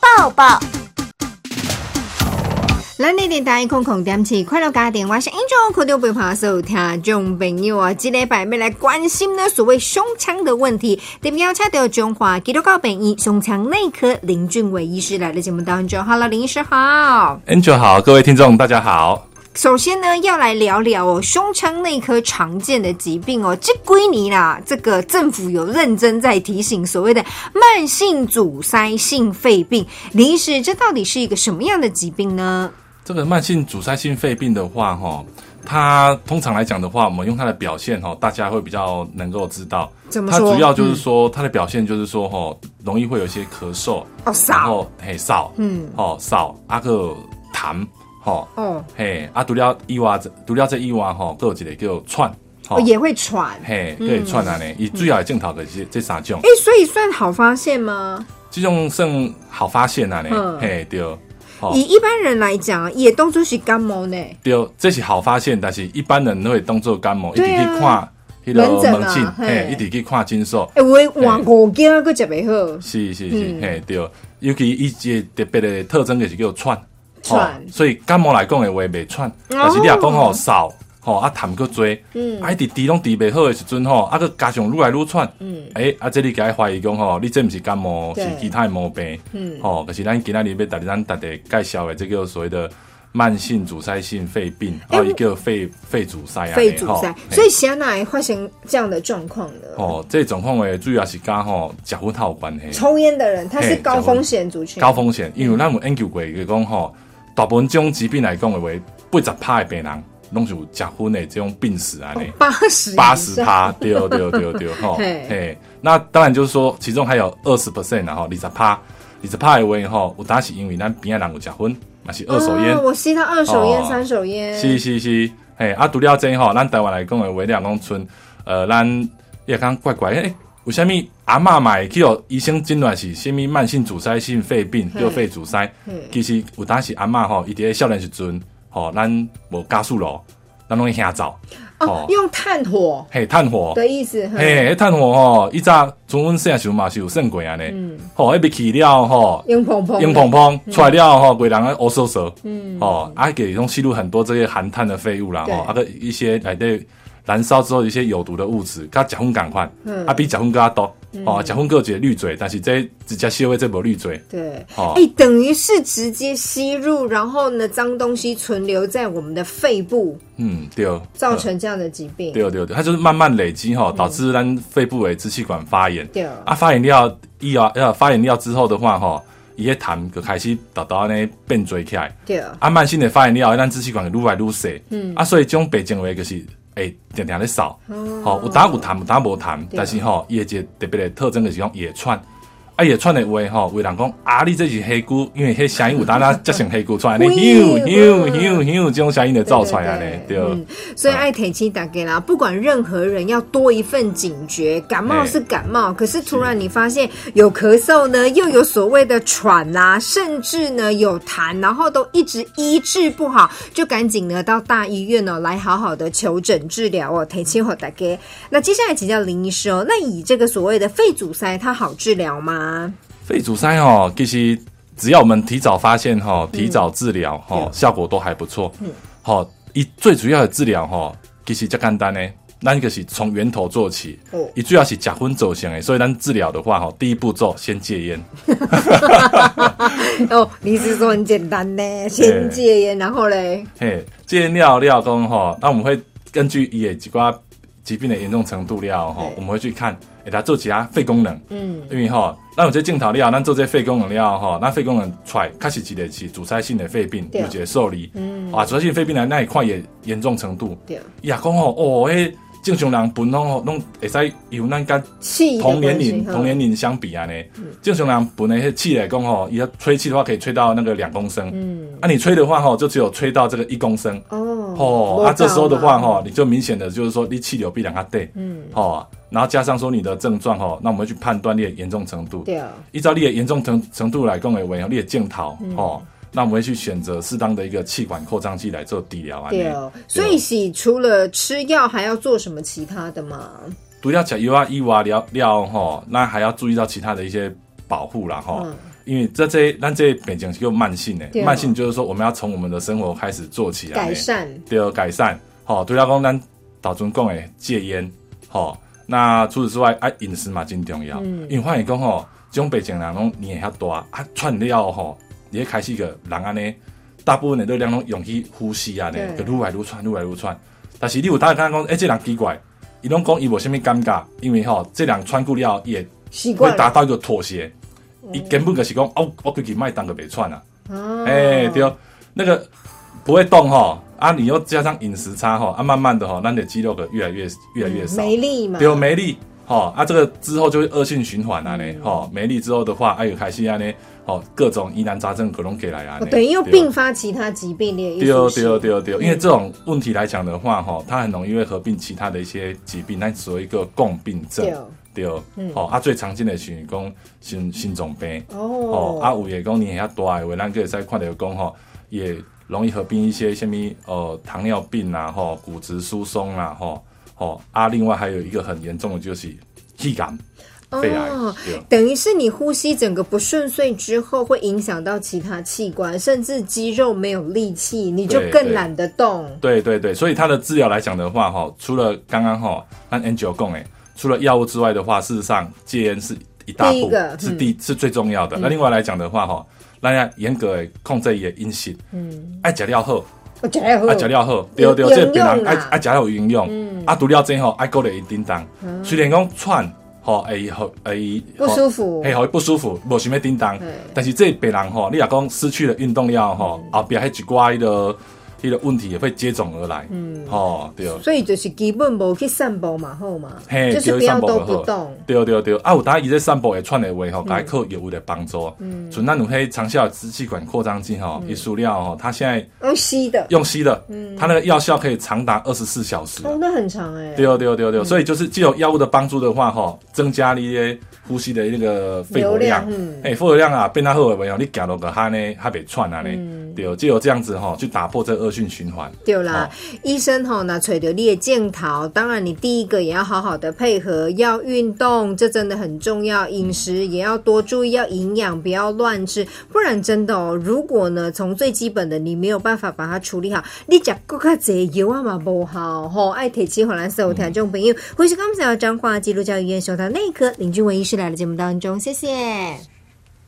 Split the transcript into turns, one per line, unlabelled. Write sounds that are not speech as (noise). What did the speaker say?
抱抱。
咱呢电台空空点起快乐家庭，我是 Angel，可就不怕受听众朋友啊，这礼拜要来关心呢所谓胸腔的问题。特别邀请到中华基督教本医胸腔内科林俊伟医师来的节目当中。Hello，林医师好。
Angel 好，各位听众大家好。
首先呢，要来聊聊哦，胸腔内科常见的疾病哦，这归你啦。这个政府有认真在提醒所谓的慢性阻塞性肺病，林医师，这到底是一个什么样的疾病呢？
这个慢性阻塞性肺病的话，哈，它通常来讲的话，我们用它的表现，哈，大家会比较能够知道。
怎么
它
说嗯
主要就是说，它的表现就是说，哈，容易会有一些咳嗽，
哦，
然
少
后嘿少，
嗯，
哦少，啊个痰，哈，
哦，
嘿，啊除了以外，除了这以外，哈，还有一个叫喘，哈
哦也嗯会喘。
嘿，可以喘啊呢。伊主要的镜头就是这三种
哎，，所以算好发现吗？
这种算好发现啊呢
嗯，
嘿对，哦
以一般人来讲，也当作是感冒呢。
对，这是好发现，但是一般人会当做感冒，一直
对
去
啊
看迄
门诊啊
个门诊，
嘿
嘿，一直去看诊所，
哎，我换五斤啊，个食袂好。
是是是
嗯，
嘿，对。尤其伊一个特别的特征就是叫喘，
喘
所以感冒来讲的话袂喘，但是你若讲
哦
吼嗽，吼啊痰佫多，
嗯
啊一直治拢治袂好的时阵吼，啊佫加上愈来愈喘，
嗯
诶，啊这你该怀疑讲吼，你这毋是感冒，
对
是其他的毛病，
嗯
吼，可是咱今仔日要逐日咱逐个介绍的这个所谓的。慢性阻塞性肺病，还有一个肺肺阻塞啊，
哎肺阻
吼
塞，
嘿
所以谁哪会发生这样的状况呢？
哦，这状况诶，主要是甲吼食薰头有关系。
抽烟的人他是
嘿
高风险族群，
高风险，因为咱有研究过，就是讲吼，大部分这种疾病来讲的话，八十趴的病人拢是有食薰的这种病史安尼，
八十
八十趴，对对对对吼，
嘿
嘿，那当然就是说，其中还有二十 percent 然后二十趴，二十趴的话吼，有当是因为咱边仔人有食薰，嘛是二手烟
哦，我吸到二手烟、
哦
三手烟，
是是是，嘿，啊，除了这吼，咱台湾来讲的话，两讲村，呃，咱也讲怪怪，诶、为什么阿嬷嘛会去哦？医生诊断是什么慢性阻塞性肺病，
嘿
叫肺阻塞
嘿。
其实有当时阿嬷吼，伊伫咧少年时阵，吼，咱无加速咯，咱拢会吓走，
哦，用炭火
嘿，炭火，
的意思，
哦嘿，迄炭火吼，伊早从阮细汉时候嘛是有算过安
嗯
尼，吼，迄被去了吼，
用蓬蓬，
硬蓬蓬出来了吼，鬼人啊乌嗖嗖，嗯，哦，啊给中吸入很多这些含碳的废物啦，
对
吼，啊个一些来对燃烧之后的一些有毒的物质，甲甲粉赶快
嗯，
啊比甲粉更加多，哦，甲粉个个滤嘴，但是这直接消费这无滤嘴，
对。
哦
哎、，等于是直接吸入，然后呢，脏东西存留在我们的肺部，
嗯，对，
造成这样的疾病。
对对对，它就是慢慢累积吼，导致咱肺部的支气管发炎，
对
啊发炎了，以后呃发炎了之后的话吼，伊个痰就开始豆豆安尼变侪起来。
对
啊，慢性的发炎了，咱支气管愈来愈细，嗯，啊，所以这种病症话就是，会定定咧扫，吼、有打有痰，有打无痰，但是吼，伊、的一个特别的特征就是讲野喘，啊，野喘的话吼，有人讲啊，你这是黑姑，因为迄声音有 (laughs) 当咱接成黑姑出来，你咻咻咻咻，这种声音就造出来安尼，对，
嗯，所以爱提起打给啦，不管任何人要多一份警觉。感冒是感冒，
哎
可是突然你发现有咳嗽呢，又有所谓的喘啦、甚至呢有痰，然后都一直医治不好，就赶紧呢到大医院哦来好好的求诊治疗哦。提起我打给，那接下来请教林医师哦，那以这个所谓的肺阻塞，它好治疗吗？
肺阻塞哦，其实只要我们提早发现哈、提早治疗哈、效果都还不错。嗯，好、一最主要的治疗哈、哦其实较简单呢，咱就是从源头做起。
哦
伊主要是甲婚走向诶，所以咱治疗的话哈、哦第一步骤先戒烟。
哦，你是说很简单呢，
哎
先戒烟，然后嘞，
嘿，戒烟料料工哈，哦那我们会根据伊诶几寡疾病的严重程度料哈
对，
我们会去看诶，他做其他肺功能。
嗯，
因为吼，咱有这镜头了，咱做这肺功能了吼，咱肺功能出来确实一个是阻塞性的肺病，
对嗯
有一个受理。啊，阻塞性肺病来咱会看伊的严重程度。
对，
伊也讲吼，哦，迄正常人本拢吼拢会使由咱甲
气的
同年
关系
龄
哈嗯
同年龄相比安尼，正常人本来迄气来讲吼，伊要吹气的话可以吹到那个两公升，
嗯
啊，你吹的话吼，就只有吹到这个一公升。
哦
哦，啊，这时候的话，哈，你就明显的就是说，你气流必然它对，
嗯，
哦，然后加上说你的症状，哈，那我们会去判断你的严重程度，
对啊，
依照你的严重程程度来讲为为你的镜头，
嗯
哦，那我们会去选择适当的一个气管扩张剂来做治疗啊。
对
安
啊
尼，
所以是除了吃药，还要做什么其他的吗？
除了吃药啊、以外了了吼，那还要注意到其他的一些保护啦，哈
嗯。
因为这这咱这病情是叫慢性的
对，哦
慢性就是说我们要从我们的生活开始做起来，
改善
对，改善。吼、对啦，讲咱头前讲的戒烟，吼、那除此之外，啊，饮食嘛真重要。
嗯
因为发现讲吼，这种病情人拢年纪较大，啊，喘了吼，你会开始个人安尼，大部分的热量拢用去呼吸啊，呢
对，
就愈来愈喘，愈来愈喘。但是你有大家讲，诶、欸，这人奇怪，伊拢讲伊无虾米感觉，因为吼、这人喘久了也
习
会
惯
达
了嗯
到一个妥协。伊根本就是讲，哦，我规矩麦当个袂喘啊。
哦，
哎、对，那个不会动哈，啊，你又加上饮食差哈，啊，慢慢的哈，那你的肌肉可越来越越来越少，
嗯没力嘛，
对，没力，哈，啊，这个之后就会恶性循环啊
嗯
呢，哈，没力之后的话，哎、啊，有开始啊呢，哦，各种疑难杂症可能给来啊呢
哦，，等于又
对
并发其他疾病的意思
对哦，
是
对哦，对哦，对哦，因为这种问题来讲的话，哈，它很容易会合并其他的一些疾病，那所谓一个共病症
对哦，
对哦，哦，啊，最常见的是讲心心脏病，哦，啊，
哦，
有诶讲年纪大诶话，咱可会使看着讲吼，也容易合并一些什物呃糖尿病啦、吼骨质疏松啦、吼吼啊，另外还有一个很严重的就是气感肺癌，
哦
对
等于是你呼吸整个不顺遂之后，会影响到其他器官，甚至肌肉没有力气，你就
对
更
对
懒得动。
对对对，所以它的治疗来讲的话，哈，除了刚刚哈，那 Angel 讲诶，除了药物之外的话，事实上戒烟是一大
第一
步
个，嗯
是第是最重要的。那另外来讲的话，哈，咱要严格的控制伊的饮食，嗯，爱食料好。
我觉得
啊，食了好，对对，这个病人爱爱食了有营养，
嗯
啊，除了这吼爱顾虑伊叮当，虽然讲喘吼会好会
不舒服
会好不舒服，无想要叮当
对，
但是这个病人吼，你若讲失去了运动了吼，后壁迄一寡迄个迄个问题也会接踵而来，嗯，吼对。
所以就是基本无去散步嘛，好嘛，
嘿，
就是不
对
要
散步
都
就
不
好
动。
对对对，啊，有当伊在散步会喘的话
嗯
吼，该靠药物的帮助。嗯，像咱有迄长效支气管扩张剂
嗯
吼，一输了吼，它现在
用吸哦的，
用吸的，
嗯
它那个药效可以长达二十四小时。
哦，那很长哎、
对哦，对哦，对哦，对哦，所以就是既有药物的帮助的话，吼，增加你的呼吸的那个肺活量
流量嗯，
哎、肺活量啊，变到好的朋友，你行落个哈呢，还袂喘啊呢，对哦，借由这样子吼，去打破这恶性循环。
对啦，医生吼那垂着你的镜头，当然你第一个也要好好的配合，要运动，这真的很重要。饮食也要多注意，要营养，不要乱吃，不然真的哦，如果呢从最基本的你没有办法把它处理好，你食更加侪油啊嘛不好吼。爱提起荷兰所有听众朋友，或是刚才有彰化基督教医院胸膛内科林俊文医师来的节目当中，谢谢。